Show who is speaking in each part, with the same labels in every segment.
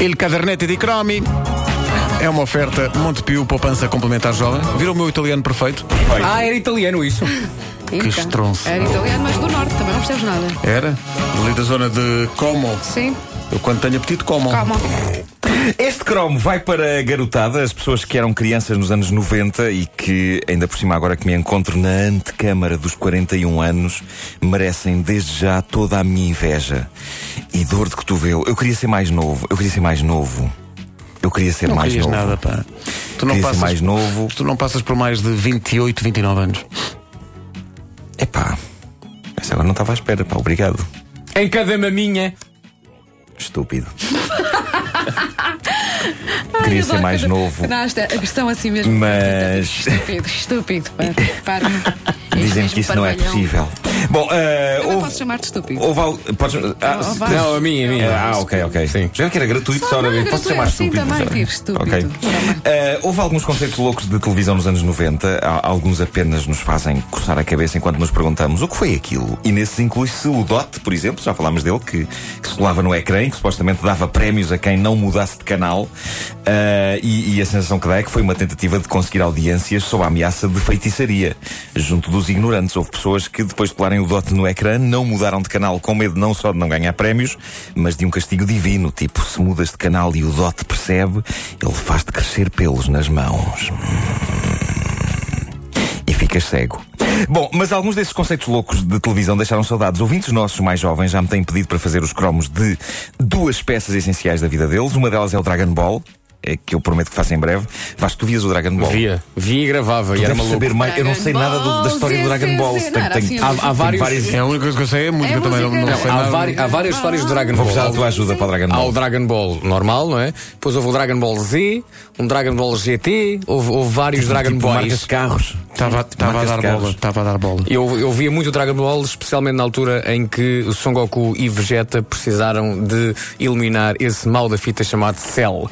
Speaker 1: Il Cadernete di Cromi. É uma oferta Montepio Poupança Complementar Jovem. Viram o meu italiano perfeito?
Speaker 2: Ah, era italiano isso.
Speaker 3: Então.
Speaker 1: Que estronço.
Speaker 3: Era italiano, mas é do norte também, não percebes nada.
Speaker 1: Era? Ali da zona de Como.
Speaker 3: Sim,
Speaker 1: Eu quando tenho apetite, como.
Speaker 4: Ah,
Speaker 3: calma.
Speaker 4: Este cromo vai para a garotada, as pessoas que eram crianças nos anos 90 e que, ainda por cima, agora que me encontro na antecâmara dos 41 anos, merecem desde já toda a minha inveja e dor de cotovelo. Eu queria ser mais novo, eu queria ser mais novo. Eu queria ser
Speaker 1: Não
Speaker 4: mais
Speaker 1: querias
Speaker 4: novo.
Speaker 1: nada, pá. Tu não,
Speaker 4: Queria ser
Speaker 1: passas,
Speaker 4: mais novo.
Speaker 1: tu não passas por mais de 28, 29 anos.
Speaker 4: Epá, essa agora não estava à espera, pá, obrigado.
Speaker 2: Em cada maminha.
Speaker 4: Estúpido. queria ser mais novo.
Speaker 3: Não, esta- a questão assim mesmo.
Speaker 4: Mas-
Speaker 3: Estúpido, estúpido. pá, Para. Isto
Speaker 4: Dizem
Speaker 3: mesmo
Speaker 4: que isso não é
Speaker 3: parvalhão.
Speaker 4: possível. Bom, eh,
Speaker 3: Eu não
Speaker 4: houve-
Speaker 3: posso chamar-te estúpido.
Speaker 4: Houve algo. Podes. Ah,
Speaker 3: Oh,
Speaker 4: se-
Speaker 3: vá. Não,
Speaker 2: a minha, a minha.
Speaker 4: Ah, ok, ok.
Speaker 2: Sim.
Speaker 4: Já que era gratuito,
Speaker 3: Só
Speaker 4: só
Speaker 3: não
Speaker 4: na
Speaker 3: é
Speaker 4: vez. Posso
Speaker 3: gratuito,
Speaker 4: chamar
Speaker 3: sim,
Speaker 4: estúpido.
Speaker 3: também,
Speaker 4: sabe?
Speaker 3: digo, estúpido.
Speaker 4: Ok.
Speaker 3: Também.
Speaker 4: Ah, houve alguns conceitos loucos de televisão nos anos 90. Ah, alguns apenas nos fazem coçar a cabeça enquanto nos perguntamos o que foi aquilo. E nesses inclui-se o DOT, por exemplo, já falámos dele, que, que se colava no ecrã e que supostamente dava prémios a quem não mudasse de canal. Ah, e, e a sensação que dá é que foi uma tentativa de conseguir audiências sob a ameaça de feitiçaria. Junto dos ignorantes, houve pessoas que, depois de colarem o DOT no ecrã, não mudaram de canal com medo não só de não ganhar prémios, mas de um castigo divino. Tipo, se mudas de canal e o DOT percebe, ele faz-te crescer pelos nas mãos e ficas cego. Bom, mas alguns desses conceitos loucos de televisão deixaram saudades. Ouvintes nossos mais jovens já me têm pedido para fazer os cromos de duas peças essenciais da vida deles. Uma delas é o Dragon Ball, eh, que eu prometo que faça em breve. Vasco, tu vias o Dragon Ball?
Speaker 2: Via. Via e gravava.
Speaker 4: Tu
Speaker 2: E era
Speaker 4: deves
Speaker 2: maluco.
Speaker 4: saber mais. Eu não
Speaker 3: Dragon
Speaker 4: sei nada do- da
Speaker 3: Ball,
Speaker 4: história do
Speaker 3: sim,
Speaker 4: Dragon
Speaker 3: sim,
Speaker 4: Ball.
Speaker 3: sim.
Speaker 4: Tenho-
Speaker 3: Não, era
Speaker 4: tenho-
Speaker 3: assim,
Speaker 2: Há,
Speaker 4: Há-
Speaker 2: há vários,
Speaker 4: vários-
Speaker 1: É a única coisa que eu sei é música
Speaker 3: É
Speaker 1: também.
Speaker 3: música,
Speaker 1: não, não
Speaker 3: não.
Speaker 1: sei
Speaker 2: há,
Speaker 1: nada.
Speaker 2: vari- há várias histórias de Dragon
Speaker 4: Vou-vos
Speaker 2: Ball.
Speaker 4: dar a tua ajuda para o Dragon
Speaker 2: Há o
Speaker 4: Ball.
Speaker 2: Dragon Ball normal, não é? Depois houve o Dragon Ball Z, um Dragon Ball GT, houve, houve vários Dragon
Speaker 4: tipo, marcas
Speaker 2: Boys.
Speaker 4: de carros.
Speaker 1: Estava estava a
Speaker 4: Marcas
Speaker 1: dar
Speaker 4: de
Speaker 1: bola.
Speaker 4: carros.
Speaker 1: Estava a dar bola.
Speaker 2: Eu, eu via muito o Dragon Ball, especialmente na altura em que o Son Goku e Vegeta precisaram de eliminar esse mal da fita chamado Cell.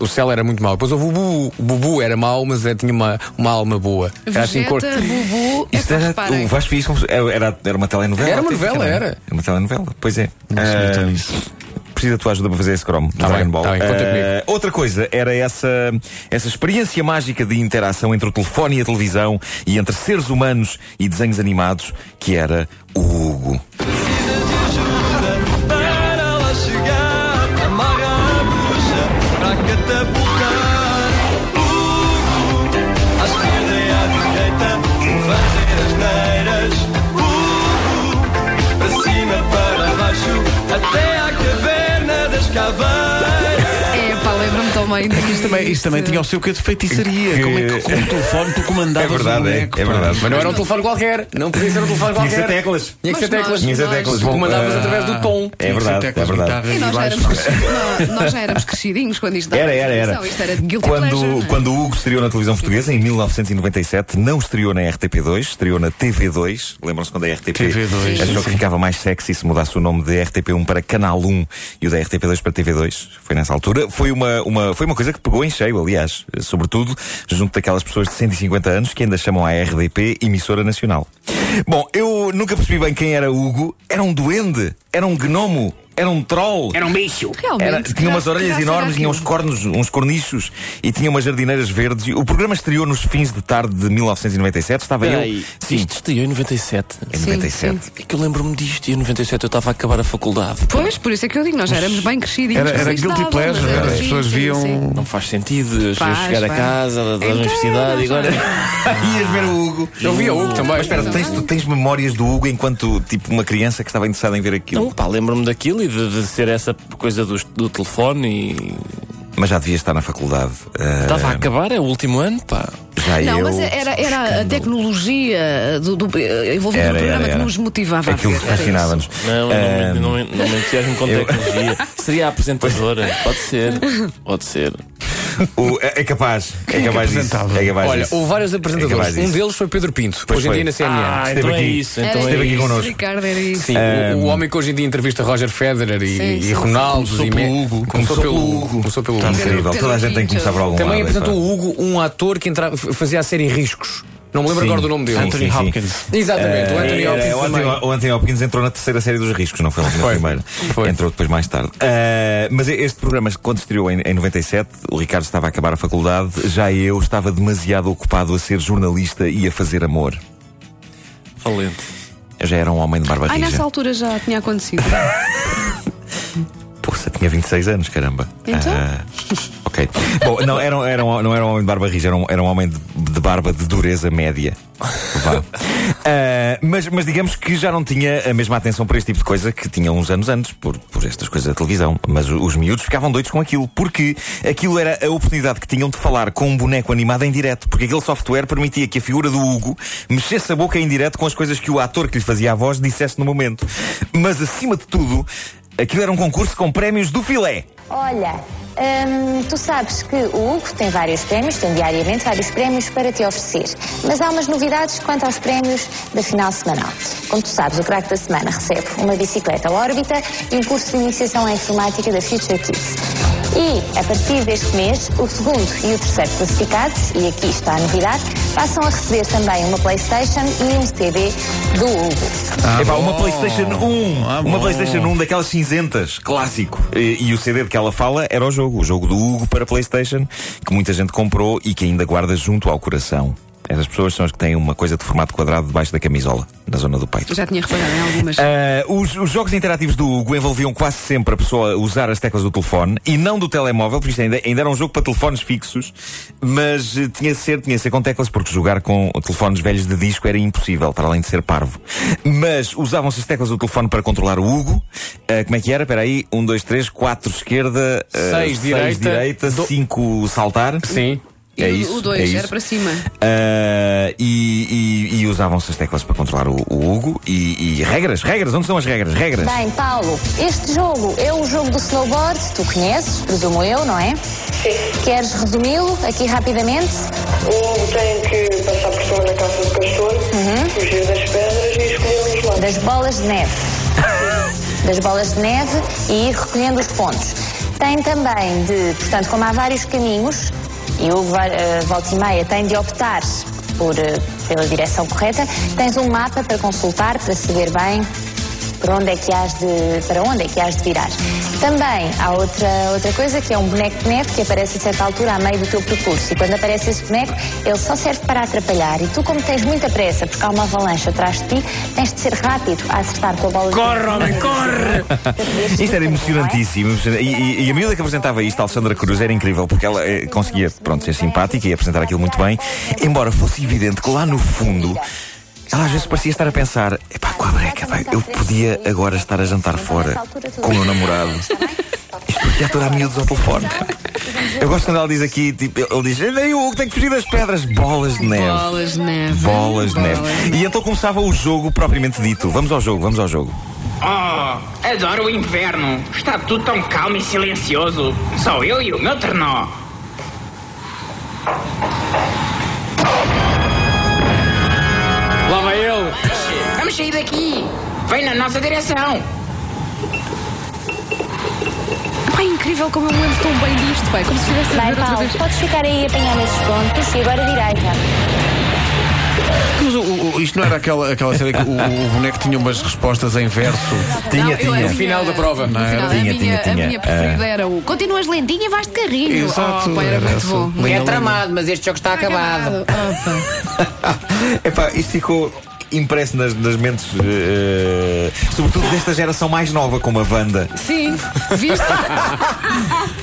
Speaker 2: O Cell era muito mau. Depois houve o Bubu. O Bubu era mau, mas eh, tinha uma, uma alma boa. Era assim cor.
Speaker 3: Vegeta, Bubu, é
Speaker 4: Isto
Speaker 3: que
Speaker 4: era, um
Speaker 3: reparem.
Speaker 4: o Vasco fez como se- era, era- era uma telenovela.
Speaker 2: Era uma
Speaker 4: autêntica,
Speaker 2: novela,
Speaker 4: não é?
Speaker 2: era.
Speaker 4: uma telenovela, pois é.
Speaker 1: sei muito
Speaker 4: Ah,
Speaker 1: nisso.
Speaker 4: Preciso da tua ajuda para fazer esse cromo.
Speaker 2: Tá
Speaker 4: Dragon
Speaker 2: bem,
Speaker 4: Ball.
Speaker 2: tá bem, conta
Speaker 4: Ah,
Speaker 2: comigo.
Speaker 4: outra coisa era essa, essa experiência mágica de interação entre o telefone e a televisão e entre seres humanos e desenhos animados, que era o Hugo.
Speaker 5: Para ela chegar, amarra a bruxa para catapultar. Hugo, à esquerda e à direita, fazer as neiras. Hugo, para cima, para baixo, até à caverna das caveiras.
Speaker 3: É, pá, lembro-me também.
Speaker 1: Isto também, isto também tinha o seu quê de feitiçaria.
Speaker 4: Que-
Speaker 1: Como é que com o telefone tu comandavas
Speaker 4: É verdade,
Speaker 1: o boneco,
Speaker 4: é, é
Speaker 1: pá.
Speaker 4: verdade.
Speaker 2: Mas não era um telefone qualquer. Não podia ser um telefone
Speaker 4: Tinha que
Speaker 2: qualquer.
Speaker 4: ser teclas.
Speaker 2: Tinha que ser
Speaker 3: Mas nós-
Speaker 2: teclas.
Speaker 3: Tinha que ser
Speaker 4: teclas.
Speaker 2: Tu comandavas
Speaker 4: Ah.
Speaker 2: através do tom.
Speaker 4: É
Speaker 1: Tinha que ser
Speaker 4: verdade, é
Speaker 1: teclas,
Speaker 4: verdade.
Speaker 1: guitarras
Speaker 3: E nós já
Speaker 1: baixos.
Speaker 3: éramos, crescidos, não, nós já éramos crescidinhos quando isto dava
Speaker 4: Era, era, era.
Speaker 3: televisão. Isto era de guilty
Speaker 4: quando,
Speaker 3: pleasure, não é?
Speaker 4: quando o Hugo estreou na televisão portuguesa, em 1997, não estreou na RTP2, estreou na TV2. Lembram-se quando a RTP
Speaker 1: TV2,
Speaker 4: achou
Speaker 1: sim,
Speaker 4: que ficava mais sexy se mudasse o nome de RTP1 para Canal 1 e o da RTP2 para TV2. Foi nessa altura. Foi uma, uma, foi uma coisa que pegou em cheio, aliás. Sobretudo junto daquelas pessoas de 150 anos que ainda chamam a RDP emissora nacional. Bom, eu nunca percebi bem quem era Hugo. Era um duende? Era um gnomo? Era um troll?
Speaker 3: Realmente.
Speaker 4: Era- tinha umas
Speaker 3: que graça
Speaker 4: orelhas
Speaker 3: era
Speaker 4: enormes, tinha
Speaker 3: aquilo?
Speaker 4: uns cornos, uns cornichos e tinha umas jardineiras verdes. E O programa estreou nos fins de tarde de 1997. Estava eu.
Speaker 6: Peraí,
Speaker 4: Sim,
Speaker 6: isto estreou em 97.
Speaker 4: em 97.
Speaker 6: É que eu lembro-me disto e em 97 eu estava a acabar a faculdade. pá.
Speaker 3: Pois, por isso é que eu digo, nós já éramos bem crescidinhos.
Speaker 1: Era, era
Speaker 3: mas isto
Speaker 1: guilty
Speaker 3: dava,
Speaker 1: pleasure.
Speaker 3: mas era
Speaker 1: As
Speaker 3: sim,
Speaker 1: pessoas
Speaker 3: sim, sim.
Speaker 1: viam.
Speaker 6: Não faz sentido eu
Speaker 3: Faz,
Speaker 6: chegar
Speaker 3: faz.
Speaker 6: a casa da, da
Speaker 3: Então,
Speaker 6: universidade e agora.
Speaker 4: Ias ver o Hugo.
Speaker 2: Eu via o Hugo também.
Speaker 4: Mas Então, espera, tu tens, tu tens memórias do Hugo enquanto tipo uma criança que estava interessada em ver aquilo.
Speaker 6: Não, pá, lembro-me daquilo e de, de ser essa coisa do, do telefone e.
Speaker 4: Mas já devia estar na faculdade. Ah,
Speaker 6: Estava a acabar, é o último ano, pá.
Speaker 4: já
Speaker 3: Não,
Speaker 4: eu.
Speaker 3: mas era, era a tecnologia do, do- envolvida
Speaker 4: Era,
Speaker 3: no programa
Speaker 4: era, É era.
Speaker 3: que nos motivava
Speaker 4: Aquilo
Speaker 3: a ver. era isso.
Speaker 4: fascinava-nos.
Speaker 6: Não,
Speaker 4: Ah,
Speaker 6: eu não, me, não, me- não me entusiasmo com
Speaker 4: eu-
Speaker 6: tecnologia. Seria a apresentadora. Pode ser. Pode ser.
Speaker 4: o- é é capaz. É capaz disso.
Speaker 1: apresentava?
Speaker 4: É capaz
Speaker 2: Olha,
Speaker 4: disso.
Speaker 2: houve vários apresentadores.
Speaker 4: disso.
Speaker 2: um deles foi Pedro Pinto,
Speaker 4: Pois
Speaker 2: hoje em
Speaker 4: foi.
Speaker 2: dia na CNN.
Speaker 6: Ah, então
Speaker 4: aqui.
Speaker 6: é isso.
Speaker 3: Era
Speaker 6: Então é
Speaker 4: Esteve aqui É.
Speaker 3: isso,
Speaker 6: isso.
Speaker 4: connosco.
Speaker 3: Ricardo, era isso.
Speaker 2: Sim, o, o homem que hoje em dia entrevista Roger Federer e,
Speaker 3: Sim,
Speaker 2: e
Speaker 3: sim,
Speaker 2: Ronaldo
Speaker 1: sim. Começou
Speaker 2: e Me-
Speaker 1: pelo Hugo.
Speaker 2: Começou
Speaker 4: Começou
Speaker 2: pelo
Speaker 4: pelo
Speaker 2: Hugo. Começou pelo
Speaker 4: Está
Speaker 2: Hugo.
Speaker 4: incrível. Toda a gente tem que começar por algum
Speaker 2: Também
Speaker 4: lado. é
Speaker 2: apresentou
Speaker 4: pá.
Speaker 2: o Hugo, um ator que entrava, f- fazia a série Riscos. Não me lembro
Speaker 4: Sim.
Speaker 2: agora do nome dele.
Speaker 4: Sim, Eh,
Speaker 1: Anthony
Speaker 4: sim, sim.
Speaker 1: Hopkins.
Speaker 2: Exatamente, o Anthony
Speaker 4: Era,
Speaker 2: Hopkins.
Speaker 4: É, o Anthony-
Speaker 2: também.
Speaker 4: o Anthony Hopkins entrou na terceira série dos riscos, não foi logo na
Speaker 2: Foi.
Speaker 4: primeira.
Speaker 2: Foi.
Speaker 4: Entrou depois mais tarde. Ah, mas este programa, quando estreou em, em 97, o Ricardo estava a acabar a faculdade, já eu estava demasiado ocupado a ser jornalista e a fazer amor.
Speaker 6: Valente.
Speaker 4: Eu já era um homem de barba
Speaker 3: Ai, nessa
Speaker 4: rija.
Speaker 3: altura já tinha acontecido.
Speaker 4: Poxa, tinha 26 anos, caramba.
Speaker 3: Então?
Speaker 4: Ah, ok. Bom, não era, um- era um- não era um homem de barba rija, era um, era um homem de, de barba de dureza média. Vá. Ah, mas, mas digamos que já não tinha a mesma atenção para este tipo de coisa que tinha uns anos antes, por, por estas coisas da televisão. Mas o- os miúdos ficavam doidos com aquilo, porque aquilo era a oportunidade que tinham de falar com um boneco animado em direto, porque aquele software permitia que a figura do Hugo mexesse a boca em direto com as coisas que o ator que lhe fazia a voz dissesse no momento. Mas acima de tudo, aquilo era um concurso com prémios do filé.
Speaker 7: Olha, hum, tu sabes que o Hugo tem vários prémios, tem diariamente vários prémios para te oferecer. Mas há umas novidades quanto aos prémios da final semanal. Como tu sabes, o craque da semana recebe uma bicicleta órbita e um curso de iniciação à informática da Future Kids. E, a partir deste mês, o segundo e o terceiro classificados, e aqui está a novidade, passam a receber também uma Playstation e um CD do Hugo.
Speaker 4: Epá, uma PlayStation 1.
Speaker 1: Ah,
Speaker 4: uma
Speaker 1: bom.
Speaker 4: PlayStation 1 daquelas cinzentas, clássico. E, e o CD de que ela fala era o jogo, o jogo do Hugo para PlayStation, que muita gente comprou e que ainda guarda junto ao coração. Essas pessoas são as que têm uma coisa de formato quadrado debaixo da camisola, na zona do peito.
Speaker 3: Já tinha reparado em algumas.
Speaker 4: Ah, os, os jogos interativos do Hugo envolviam quase sempre a pessoa usar as teclas do telefone e não do telemóvel, porque isto ainda, ainda era um jogo para telefones fixos, mas eh, tinha de ser, tinha de ser com teclas, porque jogar com telefones velhos de disco era impossível, para além de ser parvo. Mas usavam-se as teclas do telefone para controlar o Hugo. Ah, como é que era? Espera aí, um, dois, três, quatro esquerda, ah,
Speaker 2: Seis direita,
Speaker 4: direita,
Speaker 2: do-
Speaker 4: cinco saltar.
Speaker 2: Sim.
Speaker 3: E
Speaker 4: é
Speaker 3: o-
Speaker 4: isso,
Speaker 3: o 2
Speaker 4: é isso.
Speaker 3: era para cima.
Speaker 4: Uh, e, e- e usavam-se as teclas para controlar o, o Hugo e, e regras, regras, onde estão as regras? Regras.
Speaker 7: Bem, Paulo, este jogo é o jogo do snowboard, tu conheces, presumo eu, não é?
Speaker 8: Sim.
Speaker 7: Queres resumi-lo aqui rapidamente?
Speaker 8: O Hugo tem que passar por cima da casa do castor, fugir das pedras e escolher um lado.
Speaker 7: Das bolas de neve. das bolas de neve e ir recolhendo os pontos. Tem também de, portanto, como há vários caminhos, e o va- eh, volta e meia tem de optar por, eh, pela direção correta, tens um mapa para consultar, para saber bem por onde é que hás de, para onde é que hás de virar. Também há outra, outra coisa que é um boneco de neve que aparece a certa altura a meio do teu percurso. E quando aparece esse boneco, ele só serve para atrapalhar. E tu, como tens muita pressa porque há uma avalanche atrás de ti, tens de ser rápido a acertar com a bola. Corre, homem, corre!
Speaker 4: Isto era
Speaker 7: é?
Speaker 4: emocionantíssimo. emocionante. E, e- e a miúda que apresentava isto, a Alexandra Cruz, era incrível, porque ela eh, conseguia, pronto, ser simpática e apresentar aquilo muito bem, embora fosse evidente que lá no fundo. Ela às vezes parecia estar a pensar: epá, com a breca, pá, eu podia agora estar a jantar fora com o meu namorado. Isto porque há toda a miúdos ao telefone. Eu gosto quando ela diz aqui: tipo, ele diz, daí o Hugo tem que fugir das pedras, bolas de neve.
Speaker 3: Bolas de neve.
Speaker 4: Bolas de neve. E então começava o jogo propriamente dito. Vamos ao jogo, vamos ao jogo.
Speaker 9: Oh, adoro o inverno. Está tudo tão calmo e silencioso. Só eu e o meu ternó.
Speaker 2: Lá vai ele.
Speaker 9: Vamos sair daqui. Vem na nossa direção.
Speaker 3: Pá, é incrível como eu me lembro tão bem disto, pai. Como se estivesse a
Speaker 7: Bem,
Speaker 3: ver outra
Speaker 7: Paulo,
Speaker 3: vez.
Speaker 7: podes ficar aí e apanhar esses pontos e agora virar já.
Speaker 1: Mas o- o- isto não era aquela, aquela série que o, o boneco tinha umas respostas em verso.
Speaker 3: Não,
Speaker 4: Tinha,
Speaker 3: eu- a
Speaker 4: tinha.
Speaker 3: minha-
Speaker 2: Final da prova.
Speaker 3: no
Speaker 1: Não, era-
Speaker 3: final,
Speaker 4: tinha,
Speaker 3: a minha,
Speaker 4: tinha,
Speaker 3: a
Speaker 4: tinha. É.
Speaker 3: minha preferida era o Continuas lentinha e vais de carrinho.
Speaker 1: Exato,
Speaker 3: Oh, pá, era,
Speaker 1: era
Speaker 3: muito
Speaker 1: essa.
Speaker 3: bom.
Speaker 1: Linha, linha.
Speaker 2: mas este jogo está
Speaker 3: Opa.
Speaker 4: Epá, isto ficou impresso nas, nas mentes, eh, eh, sobretudo desta geração mais nova, como a Wanda.
Speaker 3: Sim, viste?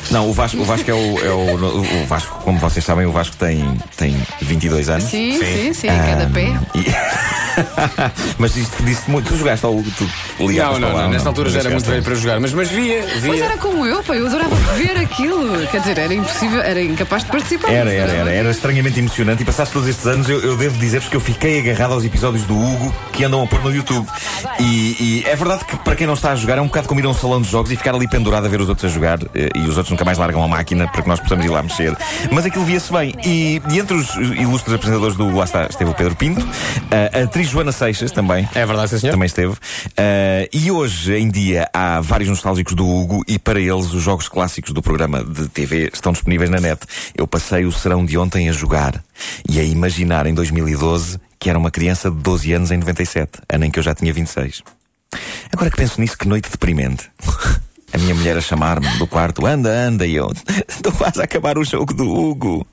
Speaker 4: Não, o Vasco, o Vasco é o, é o, no- o Vasco, como vocês sabem, o Vasco tem, tem 22 anos.
Speaker 3: Sim, sim, sim, a cada pé.
Speaker 4: E- Mas isto disse muito. Tu jogaste ao tu ligavas
Speaker 2: Não, não,
Speaker 4: para lá,
Speaker 2: não. Nesta altura já era muito
Speaker 4: Jogaste.
Speaker 2: velho para jogar, mas, mas via,
Speaker 3: Pois
Speaker 2: via.
Speaker 3: era como eu, pá, eu adorava ver aquilo. Quer dizer, era impossível, era incapaz de participar.
Speaker 4: Era,
Speaker 3: Então, mas é
Speaker 4: era, era,
Speaker 3: adorava
Speaker 4: era
Speaker 3: ver.
Speaker 4: estranhamente emocionante e passaste todos estes anos, eu, eu devo dizer-vos que eu fiquei agarrado aos episódios do Hugo que andam a pôr no YouTube. E, e é verdade que para quem não está a jogar é um bocado como ir a um salão de jogos e ficar ali pendurado a ver os outros a jogar eh, e os outros nunca mais largam a máquina para que nós possamos ir lá mexer. Mas aquilo via-se bem. E, e entre os ilustres apresentadores do Lá está esteve o Pedro Pinto, eh, a atriz e Joana Seixas também.
Speaker 2: É verdade, sim, senhor.
Speaker 4: Também esteve. Ah, e hoje em dia há vários nostálgicos do Hugo e para eles os jogos clássicos do programa de TV estão disponíveis na net. Eu passei o serão de ontem a jogar e a imaginar em 2012 que era uma criança de 12 anos em 97, ano em que eu já tinha 26. Agora que penso nisso, que noite deprimente. A minha mulher a chamar-me do quarto, anda, anda, e eu estou quase a acabar o jogo do Hugo.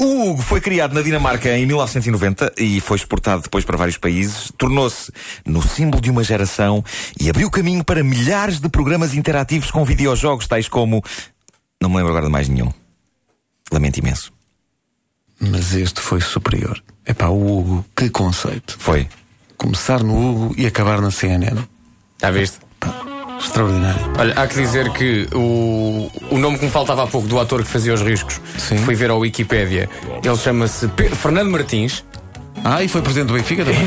Speaker 4: O Hugo foi criado na Dinamarca em 1990 e foi exportado depois para vários países. Tornou-se no símbolo de uma geração e abriu caminho para milhares de programas interativos com videojogos, tais como. Não me lembro agora de mais nenhum. Lamento imenso.
Speaker 1: Mas este foi superior. É pá, o Hugo, que conceito.
Speaker 4: Foi.
Speaker 1: Começar no Hugo e acabar na CNN.
Speaker 2: Já viste?
Speaker 1: Extraordinário.
Speaker 2: Olha, há que dizer que o, o nome que me faltava há pouco do ator que fazia os riscos
Speaker 1: Sim.
Speaker 2: fui ver ao Wikipédia. Ele chama-se Pedro Fernando Martins.
Speaker 1: Ah, e foi presidente do Benfica também.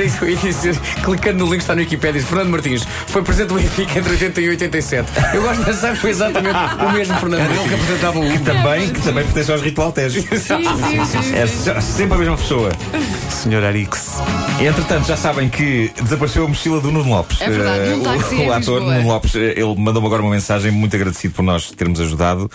Speaker 2: É isso que eu ia dizer. Clicando no link que está no Wikipédia, diz Fernando Martins foi presidente do Benfica entre 81 e 87. Eu gosto de pensar que foi exatamente o mesmo Fernando
Speaker 1: Era ele que
Speaker 2: Martins.
Speaker 1: apresentava o Hugo.
Speaker 4: Também, que também pertence aos Ritual Tejo.
Speaker 3: Sim, sim, sim.
Speaker 4: É sempre a mesma pessoa.
Speaker 1: É, Senhor Arix.
Speaker 4: Entretanto, já sabem que desapareceu a mochila do Nuno Lopes.
Speaker 3: É verdade,
Speaker 4: Eh,
Speaker 3: num táxi
Speaker 4: o,
Speaker 3: em
Speaker 4: o ator
Speaker 3: Lisboa.
Speaker 4: Nuno Lopes, eh, ele mandou-me agora uma mensagem muito agradecido por nós termos ajudado,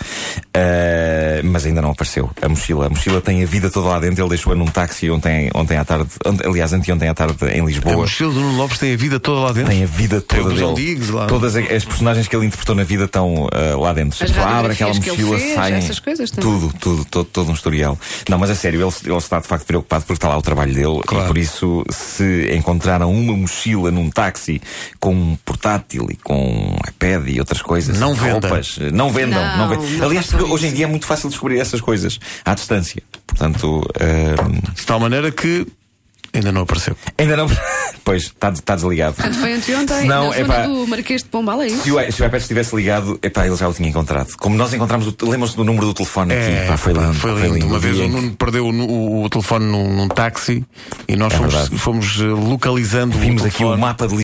Speaker 4: eh, mas ainda não apareceu a mochila. A mochila tem a vida toda lá dentro. Ele deixou-a num táxi ontem, ontem à tarde, ont- aliás, anteontem à tarde em
Speaker 1: A
Speaker 4: Lisboa.
Speaker 1: mochila do Nuno Lopes tem a vida toda lá dentro.
Speaker 4: Tem a vida
Speaker 1: Tem o
Speaker 4: toda
Speaker 1: João
Speaker 4: dele.
Speaker 1: Diggs lá.
Speaker 4: Todas a- as personagens que ele interpretou na vida estão eh, lá dentro.
Speaker 3: As
Speaker 4: Ele abre
Speaker 3: radiografias
Speaker 4: aquela
Speaker 3: que ele
Speaker 4: mochila,
Speaker 3: fez,
Speaker 4: saem.
Speaker 3: essas coisas também.
Speaker 4: tudo, tudo, todo, todo um historial. Não, mas a sério, ele, ele está de facto preocupado porque está lá o trabalho dele e por isso, se encontraram uma mochila num táxi com um portátil e com um iPad e outras coisas,
Speaker 1: Não
Speaker 4: e
Speaker 1: venda.
Speaker 4: roupas, eh, não vendam.
Speaker 3: Não,
Speaker 4: Não, vendam.
Speaker 3: não
Speaker 4: Aliás,
Speaker 3: façam
Speaker 4: hoje em
Speaker 3: isso.
Speaker 4: dia é muito fácil descobrir essas coisas à distância. Portanto, eh,
Speaker 1: De tal maneira que ainda não apareceu.
Speaker 4: ainda não. pois, está, está desligado.
Speaker 3: Portanto, foi anteontem
Speaker 4: Não,
Speaker 3: na
Speaker 4: é
Speaker 3: zona
Speaker 4: pá.
Speaker 3: do Marquês de Pombal, é
Speaker 4: Se
Speaker 3: isso?
Speaker 4: o, se o iPad estivesse ligado, epá, ele já o tinha encontrado. Como nós encontramos, o- lembram-se do número do telefone aqui? Pá, foi
Speaker 1: pá,
Speaker 4: lindo.
Speaker 1: É, foi lindo. Uma
Speaker 4: O
Speaker 1: vez
Speaker 4: dia
Speaker 1: o
Speaker 4: em que-
Speaker 1: Nuno perdeu o, o- o telefone num, num táxi e nós
Speaker 4: É
Speaker 1: fomos,
Speaker 4: verdade.
Speaker 1: fomos, eh, localizando o
Speaker 4: Vimos aqui o
Speaker 1: telefone.
Speaker 4: mapa de